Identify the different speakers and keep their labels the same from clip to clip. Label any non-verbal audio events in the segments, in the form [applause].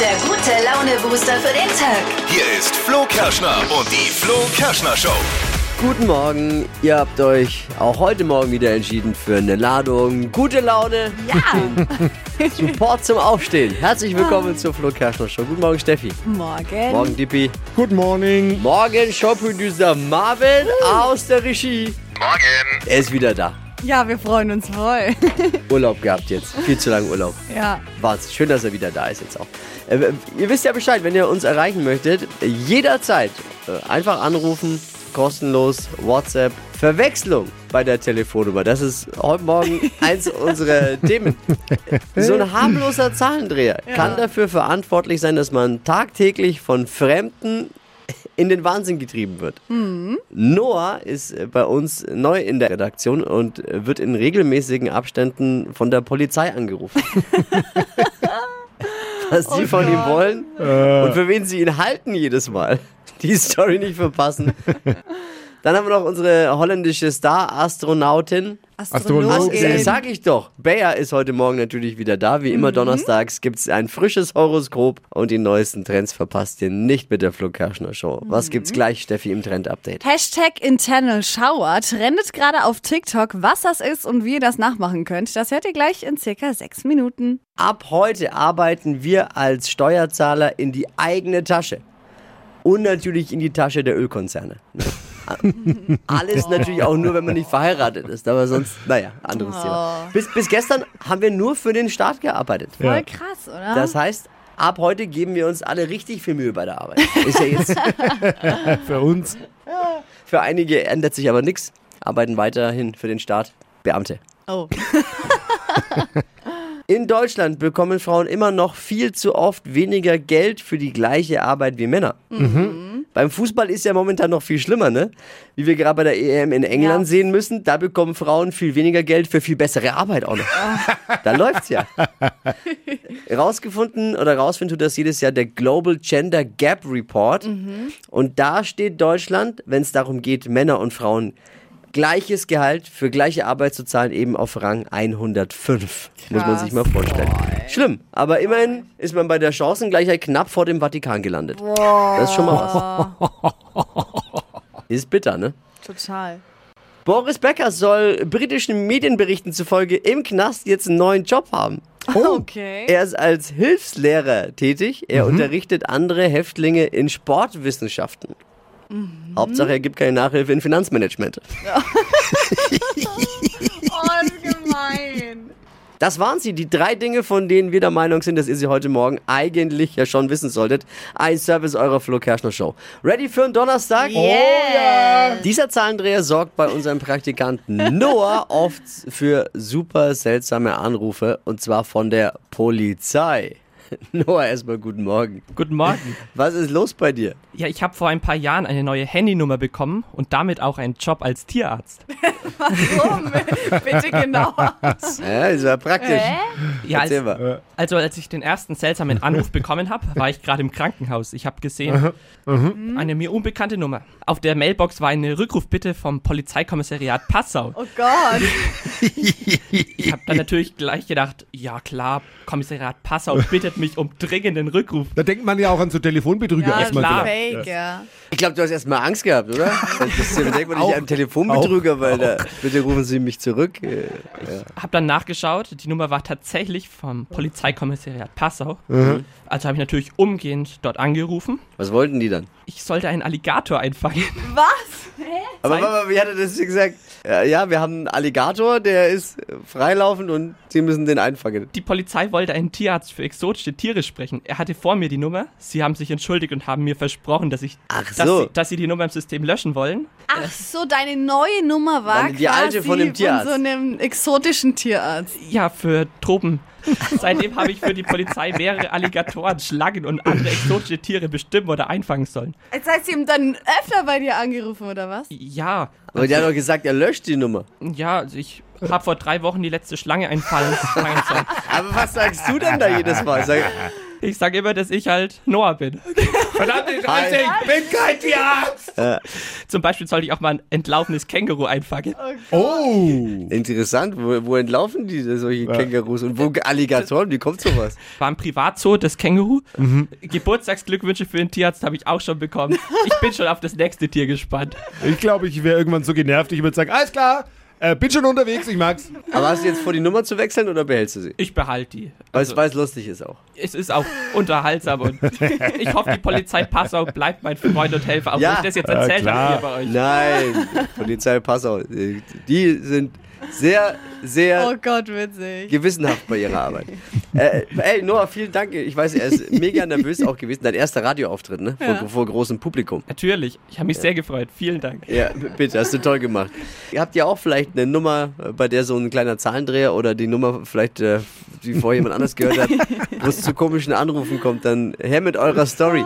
Speaker 1: der gute Laune-Booster für den Tag.
Speaker 2: Hier ist Flo Kerschner und die Flo Kerschner Show.
Speaker 3: Guten Morgen, ihr habt euch auch heute Morgen wieder entschieden für eine Ladung. Gute Laune,
Speaker 4: Ja,
Speaker 3: Support zum Aufstehen. Herzlich willkommen zur Flo Kerschner Show. Guten Morgen, Steffi.
Speaker 4: morgen.
Speaker 3: Morgen, Dippi.
Speaker 5: Good morning.
Speaker 3: Morgen, Showproducer Marvin aus der Regie.
Speaker 2: Morgen.
Speaker 3: Er ist wieder da.
Speaker 4: Ja, wir freuen uns voll.
Speaker 3: Urlaub gehabt jetzt. Viel zu lange Urlaub.
Speaker 4: ja.
Speaker 3: War's. Schön, dass er wieder da ist jetzt auch. Äh, ihr wisst ja Bescheid, wenn ihr uns erreichen möchtet, jederzeit äh, einfach anrufen, kostenlos, WhatsApp. Verwechslung bei der Telefonnummer. Das ist heute Morgen eins unserer Themen. So ein harmloser Zahlendreher kann dafür verantwortlich sein, dass man tagtäglich von Fremden in den Wahnsinn getrieben wird. Noah ist äh, bei uns neu in der Redaktion und äh, wird in regelmäßigen Abständen von der Polizei angerufen. Was die von ihm wollen und für wen sie ihn halten jedes Mal. [laughs] Die Story nicht verpassen. Dann haben wir noch unsere holländische Star-Astronautin.
Speaker 5: Astrologin.
Speaker 3: Äh,
Speaker 5: Eben.
Speaker 3: Sag ich doch, Bayer ist heute Morgen natürlich wieder da. Wie immer donnerstags gibt es ein frisches Horoskop und die neuesten Trends verpasst ihr nicht mit der Flo Kerschner Show. Was gibt's gleich, Steffi, im Trend-Update?
Speaker 4: Hashtag Internal Shower trendet gerade auf TikTok, was das ist und wie ihr das nachmachen könnt. Das hört ihr gleich in circa sechs Minuten.
Speaker 3: Ab heute arbeiten wir als Steuerzahler in die eigene Tasche. Und natürlich in die Tasche der
Speaker 5: [laughs]
Speaker 3: Ölkonzerne. Alles natürlich auch nur, wenn man nicht verheiratet ist. Aber sonst, naja,
Speaker 5: Oh.
Speaker 3: anderes Thema. Bis, bis gestern haben wir nur für den Staat gearbeitet.
Speaker 4: Voll
Speaker 5: Ja.
Speaker 4: krass, oder?
Speaker 3: Das heißt, ab heute geben wir uns alle richtig viel Mühe bei der Arbeit. Ist ja jetzt
Speaker 5: [laughs] Für uns.
Speaker 3: für einige ändert sich aber nichts. Arbeiten weiterhin für den Staat Beamte.
Speaker 4: oh.
Speaker 3: In Deutschland bekommen Frauen immer noch viel zu oft weniger Geld für die gleiche Arbeit wie Männer. Beim Fußball ist ja momentan noch viel schlimmer, ne? Wie wir gerade bei der EM in England
Speaker 4: Ja.
Speaker 3: sehen müssen, da bekommen Frauen viel weniger Geld für viel bessere Arbeit auch noch. da läuft's ja. Rausgefunden oder rausfinden tut das jedes Jahr der Global Gender Gap Report. Und da steht Deutschland, wenn es darum geht, Männer und Frauen gleiches Gehalt für gleiche Arbeit zu zahlen, eben auf Rang 105. Muss man sich mal vorstellen. Schlimm, aber immerhin ist man bei der Chancengleichheit knapp vor dem Vatikan gelandet. Das ist schon mal was. Ist bitter, ne?
Speaker 4: Total.
Speaker 3: Boris Becker soll britischen Medienberichten zufolge im Knast jetzt einen neuen Job haben. [laughs]
Speaker 4: Okay.
Speaker 3: Er ist als Hilfslehrer tätig. Er unterrichtet andere Häftlinge in Sportwissenschaften. Hauptsache, er gibt keine Nachhilfe in Finanzmanagement.
Speaker 4: Oh, wie [laughs] gemein.
Speaker 3: Das waren sie, die drei Dinge, von denen wir der Meinung sind, dass ihr sie heute Morgen eigentlich ja schon wissen solltet. Ein Service eurer Flo Kerschner Show. Ready für einen Donnerstag? Oh
Speaker 4: Yeah.
Speaker 3: Dieser Zahlendreher sorgt bei unserem Praktikanten Noah oft für super seltsame Anrufe und zwar von der Polizei. [laughs] Noah, erstmal guten Morgen.
Speaker 6: Guten Morgen.
Speaker 3: Was ist los bei dir?
Speaker 6: Ja, ich habe vor ein paar Jahren eine neue Handynummer bekommen und damit auch einen Job als Tierarzt.
Speaker 4: Warum? [laughs] Bitte genau. Oh genauer.
Speaker 3: Ja, ist ja praktisch.
Speaker 6: Ja,
Speaker 3: Erzähl
Speaker 6: als,
Speaker 3: mal.
Speaker 6: also als ich den ersten seltsamen Anruf bekommen habe, war ich gerade im Krankenhaus. Ich habe gesehen, Mhm. eine mir unbekannte Nummer. Auf der Mailbox war eine Rückrufbitte vom Polizeikommissariat Passau.
Speaker 4: Oh Gott.
Speaker 6: Ich habe dann natürlich gleich gedacht, ja klar, Kommissariat Passau bittet mich um dringenden Rückruf.
Speaker 5: Da denkt man ja auch an so Telefonbetrüger
Speaker 4: Ja,
Speaker 5: erstmal.
Speaker 6: klar.
Speaker 5: vielleicht.
Speaker 4: Fake, ja.
Speaker 3: Ich glaube, du hast erstmal Angst gehabt, oder? Das denkt man nicht
Speaker 5: Auch.
Speaker 3: an Telefonbetrüger, weil da, bitte rufen Sie mich zurück. Äh,
Speaker 6: Hab dann nachgeschaut, die Nummer war tatsächlich vom Polizeikommissariat Passau. Also habe ich natürlich umgehend dort angerufen.
Speaker 3: Was wollten die dann?
Speaker 6: Ich sollte einen Alligator einfangen.
Speaker 4: Was? Hä?
Speaker 3: Aber
Speaker 6: Sein-
Speaker 3: warte mal, wie hat er das denn gesagt? Ja, ja, wir haben einen Alligator, der ist äh, freilaufend und Sie müssen den einfangen.
Speaker 6: Die Polizei wollte einen Tierarzt für exotische Tiere sprechen. Er hatte vor mir die Nummer. Sie haben sich entschuldigt und haben mir versprochen, dass ich,
Speaker 3: Ach
Speaker 6: dass,
Speaker 3: so.
Speaker 6: sie, dass sie die Nummer im System löschen wollen.
Speaker 4: Ach so, deine neue Nummer war
Speaker 3: Deine- die alte
Speaker 4: quasi
Speaker 3: von dem Tierarzt.
Speaker 4: von so einem exotischen Tierarzt.
Speaker 6: Ja, für
Speaker 3: [laughs]
Speaker 6: Tropen. Seitdem habe ich für die Polizei mehrere Alligatoren, Schlangen und andere exotische Tiere bestimmen oder einfangen sollen.
Speaker 4: Jetzt heißt sie ihm dann öfter bei dir angerufen, oder was?
Speaker 6: Ja,
Speaker 3: Aber der hat doch gesagt, er löscht die Nummer.
Speaker 6: ja, also ich habe vor drei Wochen die letzte Schlange einfallen fangen sollen.
Speaker 3: Aber was sagst du denn da jedes Mal? Sag,
Speaker 6: Ich sage immer, dass ich halt Noah bin.
Speaker 5: Verdammt, ich bin kein Tierarzt.
Speaker 6: Zum Beispiel sollte ich auch mal ein entlaufenes Känguru einfangen.
Speaker 5: Oh.
Speaker 3: Interessant, wo, wo entlaufen die solche Kängurus und wo Alligatoren, wie kommt sowas?
Speaker 6: War im Privatzoo das Känguru.
Speaker 3: Mhm.
Speaker 6: Geburtstagsglückwünsche für den Tierarzt habe ich auch schon bekommen. Ich bin schon auf das nächste Tier gespannt.
Speaker 5: Ich glaube, ich wäre irgendwann so genervt, ich würde sagen, alles klar, äh, bin schon unterwegs, ich mag's.
Speaker 3: Aber hast du jetzt vor, die Nummer zu wechseln oder behältst du sie?
Speaker 6: Ich behalte die.
Speaker 3: Weil es weil es lustig ist auch.
Speaker 6: Es ist auch unterhaltsam und ich hoffe, die Polizei Passau bleibt mein Freund und Helfer, obwohl
Speaker 3: Ja.
Speaker 6: ich das jetzt erzählt
Speaker 5: klar.
Speaker 6: habe hier bei euch.
Speaker 3: Nein, Polizei Passau, äh, die sind sehr, sehr
Speaker 4: Oh Gott, witzig.
Speaker 3: gewissenhaft bei ihrer Arbeit. äh, ey, Noah, vielen Dank. Ich weiß, er ist mega nervös auch gewesen. Dein erster Radioauftritt, ne? Vor, vor großem Publikum.
Speaker 6: Natürlich, ich habe mich sehr gefreut. Vielen Dank.
Speaker 3: Ja, b- bitte, hast du toll gemacht. Ihr habt ja auch vielleicht eine Nummer, äh, bei der so ein kleiner Zahlendreher oder die Nummer vielleicht, äh, die vorher jemand anders gehört hat, wo es zu komischen Anrufen kommt, dann her mit eurer Story.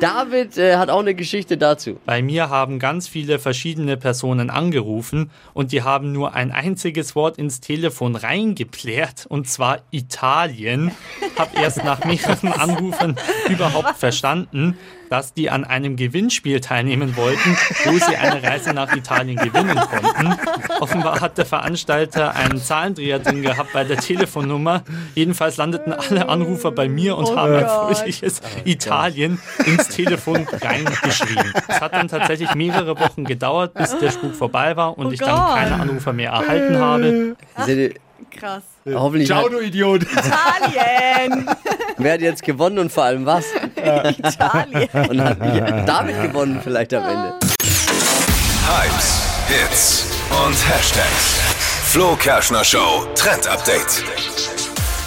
Speaker 3: David äh, hat auch eine Geschichte dazu.
Speaker 7: Bei mir haben ganz viele verschiedene Personen angerufen und die haben nur ein einziges Wort ins Telefon reingeplärt und zwar Italien. Hab erst nach mehreren Anrufen überhaupt verstanden, dass die an einem Gewinnspiel teilnehmen wollten, wo sie eine Reise nach Italien gewinnen konnten. Offenbar hat der Veranstalter einen Zahlendreher drin gehabt bei der Telefonnummer. Jedenfalls landeten alle Anrufer bei mir und haben ein
Speaker 4: Gott.
Speaker 7: fröhliches Italien ins Telefon reingeschrieben. Es hat dann tatsächlich mehrere Wochen gedauert, bis der Spuk vorbei war und ich dann
Speaker 4: Gott.
Speaker 7: keine Anrufer mehr erhalten habe.
Speaker 3: Seht ihr,
Speaker 4: Krass.
Speaker 3: Hoffentlich
Speaker 5: Ciao,
Speaker 3: hat,
Speaker 5: du Idiot.
Speaker 4: Italien!
Speaker 3: wer hat jetzt gewonnen und vor allem was?
Speaker 4: Italien!
Speaker 3: Und hat nicht David gewonnen vielleicht am Ende.
Speaker 2: Hypes, Hits und Hashtags. Flo Kerschner Show Trend Update.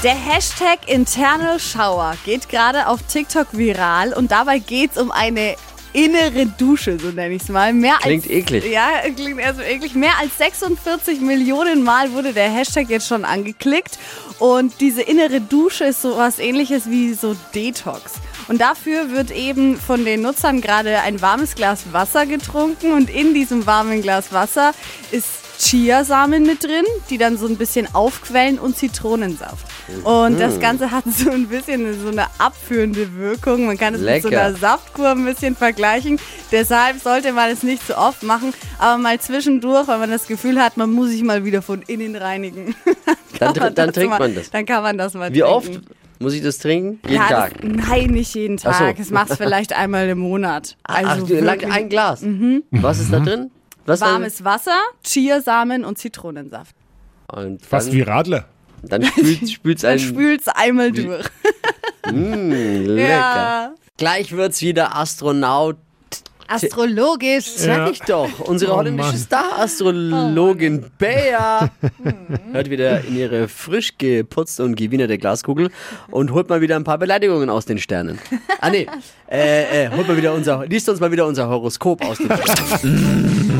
Speaker 4: Der Hashtag Internal Shower geht gerade auf TikTok viral und dabei geht's um eine innere Dusche, so nenne ich es mal. Mehr
Speaker 3: Klingt
Speaker 4: als,
Speaker 3: eklig.
Speaker 4: [laughs] Ja, klingt erstmal eklig. Mehr als 46 Millionen Mal wurde der Hashtag jetzt schon angeklickt. Und diese innere Dusche ist so was ähnliches wie so Detox. Und dafür wird eben von den Nutzern gerade ein warmes Glas Wasser getrunken. Und in diesem warmen Glas Wasser ist Chiasamen mit drin, die dann so ein bisschen aufquellen und Zitronensaft. Und das Ganze hat so ein bisschen so eine abführende Wirkung. Man kann es mit so
Speaker 3: Lecker.
Speaker 4: einer Saftkur ein bisschen vergleichen. Deshalb sollte man es nicht so oft machen, aber mal zwischendurch, wenn man das Gefühl hat, man muss sich mal wieder von innen reinigen.
Speaker 3: [laughs] Dann,
Speaker 4: Kann
Speaker 3: tr- dann
Speaker 4: das
Speaker 3: trinkt
Speaker 4: mal,
Speaker 3: man das.
Speaker 4: Dann kann man das mal
Speaker 3: Wie oft
Speaker 4: trinken.
Speaker 3: muss ich das trinken? Jeden
Speaker 4: ja,
Speaker 3: Tag.
Speaker 4: Das, nein, nicht jeden
Speaker 3: Ach so.
Speaker 4: Tag.
Speaker 3: [laughs]
Speaker 4: Das machst vielleicht einmal im Monat.
Speaker 3: Ach,
Speaker 4: Also
Speaker 3: du, lang,
Speaker 4: wirklich Mhm.
Speaker 3: ein Glas. Was ist da drin? Was war-
Speaker 4: warmes Wasser, Chiasamen und Zitronensaft.
Speaker 3: Und dann,
Speaker 5: [laughs] Fast wie Radler.
Speaker 3: Dann spült, spült's einen.
Speaker 4: [laughs] Dann spült's einmal durch.
Speaker 3: Lecker.
Speaker 4: Ja.
Speaker 3: Gleich wird's wieder Astronaut.
Speaker 4: Astrologisch.
Speaker 3: Sag ich doch. Unsere holländische
Speaker 4: Oh.
Speaker 3: Star-Astrologin Bea
Speaker 4: Mhm.
Speaker 3: hört wieder in ihre frisch geputzte und gewienerte Glaskugel und holt mal wieder ein paar Beleidigungen aus den Sternen. Ah nee, äh, äh, holt mal wieder unser, liest uns mal wieder unser Horoskop aus den Sternen.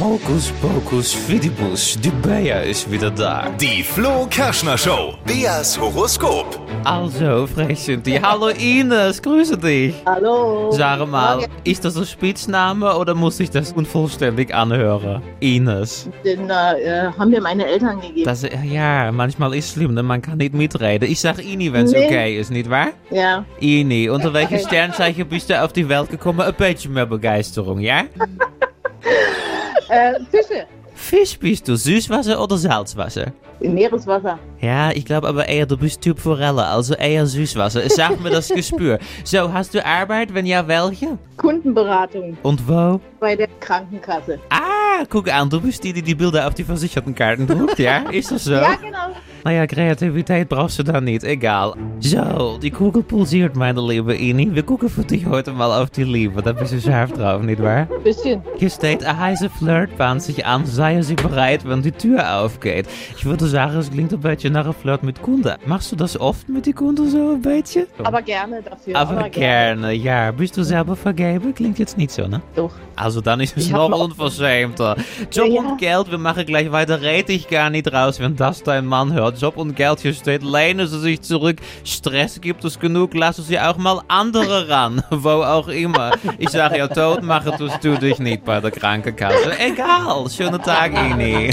Speaker 8: Hocus pocus fidibus, die Bea ist wieder da.
Speaker 2: Die Flo Kerschner Show. Beas Horoskop.
Speaker 8: Also, Fressendi. Hallo Ines, grüße dich. Hallo. Sag mal, ist das ein Spitzname oder muss ich das unvollständig anhören? Ines.
Speaker 9: Den äh, äh, haben mir meine Eltern gegeben.
Speaker 8: Das, ja, manchmal ist es schlimm, denn man kann nicht mitreden. Ich sag Ini, wenn es
Speaker 9: Nee.
Speaker 8: okay ist, nicht wahr?
Speaker 9: ja,
Speaker 8: Ini, unter welchem Sternzeichen bist du auf die Welt gekommen? Ein bisschen mehr Begeisterung, ja?
Speaker 9: [laughs] äh, Fische
Speaker 8: Fisch bist du, Süßwasser oder Salzwasser?
Speaker 9: im Meereswasser.
Speaker 8: Ja, ich glaube aber eher, du bist Typ Forelle, also eher Süßwasser. Es sagt mir das
Speaker 9: [laughs]
Speaker 8: Gespür. So, hast du Arbeit? Wenn ja, welche?
Speaker 9: Kundenberatung
Speaker 8: Und wo?
Speaker 9: bei der Krankenkasse.
Speaker 8: Ah, guck an, du bist die, die die Bilder auf die Versichertenkarten
Speaker 9: [laughs]
Speaker 8: druckt, ja? Ist das so?
Speaker 9: Ja, genau.
Speaker 8: Naja, Kreativität brauchst du da nicht, egal. So, die Kugel pulsiert, meine liebe Ini. Wir gucken für dich heute mal auf die Liebe. Da bist du scharf drauf, nicht wahr?
Speaker 9: Bisschen.
Speaker 8: Hier steht, eine heiße Flirt bahnt sich an, sei sie bereit, wenn die Tür aufgeht. Ich würde sagen, es klingt ein bisschen nach einer Flirt mit Kunde. Machst du das oft mit die Kunde so ein bisschen?
Speaker 9: Aber gerne dafür.
Speaker 8: Aber gerne, ja. Bist du selber vergeben? Klingt jetzt nicht so, ne?
Speaker 9: Doch.
Speaker 8: Also dann ist es
Speaker 9: Ich hab
Speaker 8: noch
Speaker 9: noch-
Speaker 8: unverschämter. Job
Speaker 9: Ja.
Speaker 8: und Geld, wir machen gleich weiter. Red ich gar nicht raus, wenn das dein Mann hört. Job und Geldchen steht, lehnen sie sich zurück. Stress gibt es genug, lassen sie auch mal andere ran, [laughs] wo auch immer. Ich sage ja, tot machen tust du dich nicht bei der Krankenkasse. Egal, schönen Tag, Ini.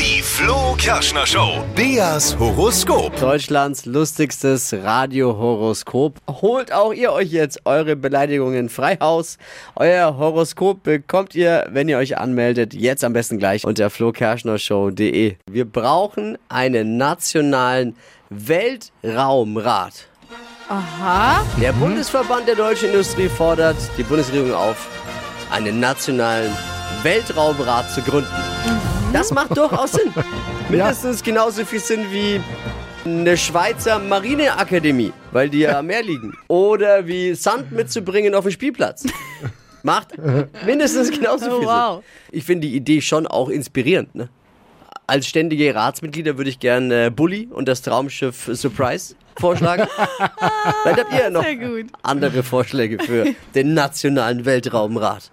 Speaker 2: Die Flo Kerschner Show. Beas Horoskop.
Speaker 3: Deutschlands lustigstes Radiohoroskop. Holt auch ihr euch jetzt eure Beleidigungen frei Haus. Euer Horoskop bekommt ihr, wenn ihr euch anmeldet, jetzt am besten gleich unter flokerschnershow.de. Wir brauchen einen nationalen Weltraumrat.
Speaker 4: Aha.
Speaker 3: Der Bundesverband der deutschen Industrie fordert die Bundesregierung auf, einen nationalen Weltraumrat zu gründen. Das macht durchaus Sinn. Mindestens genauso viel Sinn wie eine Schweizer Marineakademie, weil die ja am Meer liegen. Oder wie Sand mitzubringen auf den Spielplatz. Macht mindestens genauso
Speaker 4: Oh,
Speaker 3: viel
Speaker 4: wow.
Speaker 3: Sinn. Ich finde die Idee schon auch inspirierend. Ne? Als ständige Ratsmitglieder würde ich gerne äh, Bully und das Traumschiff Surprise
Speaker 4: [laughs]
Speaker 3: vorschlagen. Vielleicht habt ihr ja noch
Speaker 4: Sehr gut.
Speaker 3: andere Vorschläge für
Speaker 4: [laughs]
Speaker 3: den Nationalen Weltraumrat.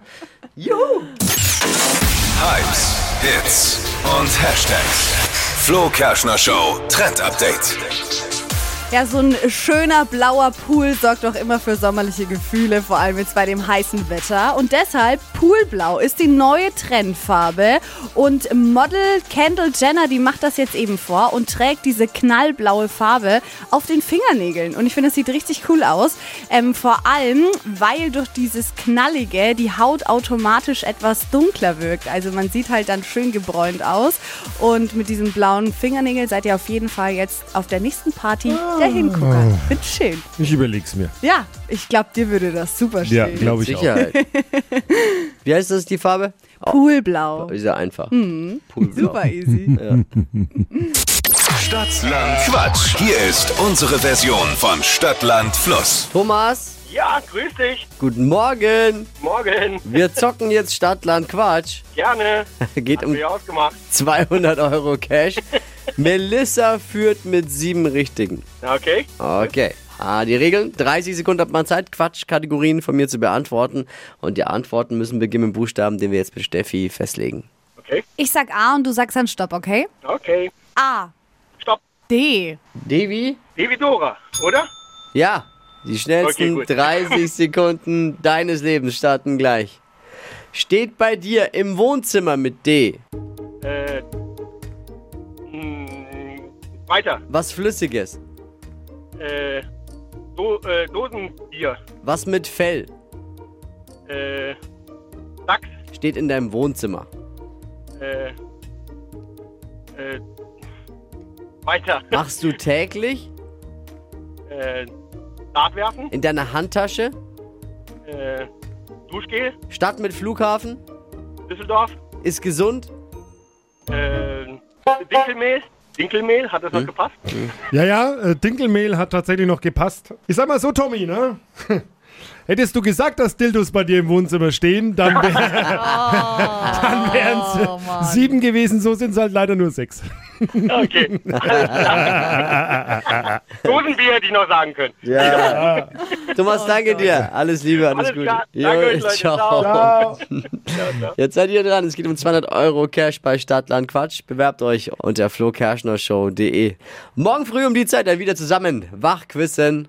Speaker 3: Juhu!
Speaker 2: Hypes, Hits und Hashtags. Flo Kerschner Show Trend Update.
Speaker 4: Ja, so ein schöner blauer Pool sorgt auch immer für sommerliche Gefühle, vor allem jetzt bei dem heißen Wetter. Und deshalb Poolblau ist die neue Trendfarbe. Und Model Kendall Jenner, die macht das jetzt eben vor und trägt diese knallblaue Farbe auf den Fingernägeln. Und ich finde, das sieht richtig cool aus. Ähm, vor allem, weil durch dieses Knallige die Haut automatisch etwas dunkler wirkt. Also man sieht halt dann schön gebräunt aus. Und mit diesen blauen Fingernägeln seid ihr auf jeden Fall jetzt auf der nächsten Party der Hingucker. Wird schön.
Speaker 5: Ich überleg's mir.
Speaker 4: Ja, ich glaube, dir würde das super
Speaker 5: Ja,
Speaker 4: stehen.
Speaker 5: glaube ich auch.
Speaker 3: Sicherheit. Wie heißt das die Farbe? Oh,
Speaker 4: Poolblau.
Speaker 3: Ist ja einfach. Poolblau.
Speaker 4: Mhm. Super easy.
Speaker 2: Stadtland Quatsch. Hier ist unsere Version von Stadtland Fluss.
Speaker 3: Thomas,
Speaker 10: Ja, grüß dich.
Speaker 3: guten Morgen.
Speaker 10: Morgen.
Speaker 3: Wir zocken jetzt Stadtland Quatsch.
Speaker 10: Gerne.
Speaker 3: Geht um
Speaker 10: Wie ausgemacht.
Speaker 3: 200 Euro Cash. Melissa führt mit sieben Richtigen.
Speaker 10: Okay.
Speaker 3: Okay. Ah, die Regeln. 30 Sekunden hat man Zeit, Quatschkategorien von mir zu beantworten. Und die Antworten müssen beginnen mit Buchstaben, den wir jetzt mit Steffi festlegen.
Speaker 4: Ich sag A und du sagst dann Stopp, okay?
Speaker 10: Okay.
Speaker 4: A.
Speaker 10: Stopp.
Speaker 4: D.
Speaker 3: Devi?
Speaker 10: Devidora, oder?
Speaker 3: Ja, die schnellsten
Speaker 10: Okay, gut. [laughs]
Speaker 3: 30 Sekunden deines Lebens starten gleich. Steht bei dir im Wohnzimmer mit D
Speaker 10: Äh. Mh, weiter.
Speaker 3: was Flüssiges,
Speaker 10: Äh. Do, äh Dosenbier.
Speaker 3: was mit Fell
Speaker 10: Äh. Sachs.
Speaker 3: steht in deinem Wohnzimmer.
Speaker 10: Äh. Äh. Weiter.
Speaker 3: Machst du täglich
Speaker 10: Äh. Dart werfen.
Speaker 3: in deiner Handtasche?
Speaker 10: Äh. Duschgel.
Speaker 3: Stadt mit Flughafen?
Speaker 10: Düsseldorf.
Speaker 3: Ist gesund?
Speaker 10: Äh. Dinkelmehl. Dinkelmehl, hat das noch gepasst?
Speaker 5: Ja, ja, äh, Dinkelmehl hat tatsächlich noch gepasst. Ich sag mal so, Tommy, ne? [laughs] Hättest du gesagt, dass Dildos bei dir im Wohnzimmer stehen, dann,
Speaker 4: [laughs]
Speaker 5: wär, [laughs] dann
Speaker 4: Oh,
Speaker 5: wären es sieben gewesen, so sind es halt leider nur sechs.
Speaker 10: Okay. Dosenbier hätte ich noch sagen können.
Speaker 3: Ja. [laughs] Thomas, danke dir. Alles Liebe, alles,
Speaker 10: Alles
Speaker 3: Gute.
Speaker 10: klar. Danke
Speaker 3: [laughs]
Speaker 10: euch, Leute. Ciao.
Speaker 4: Oh,
Speaker 3: Jetzt seid ihr dran. Es geht um 200 Euro Cash bei Stadtland Quatsch. Bewerbt euch unter flokerschnershow.de. Morgen früh um die Zeit dann wieder zusammen. Wachquissen.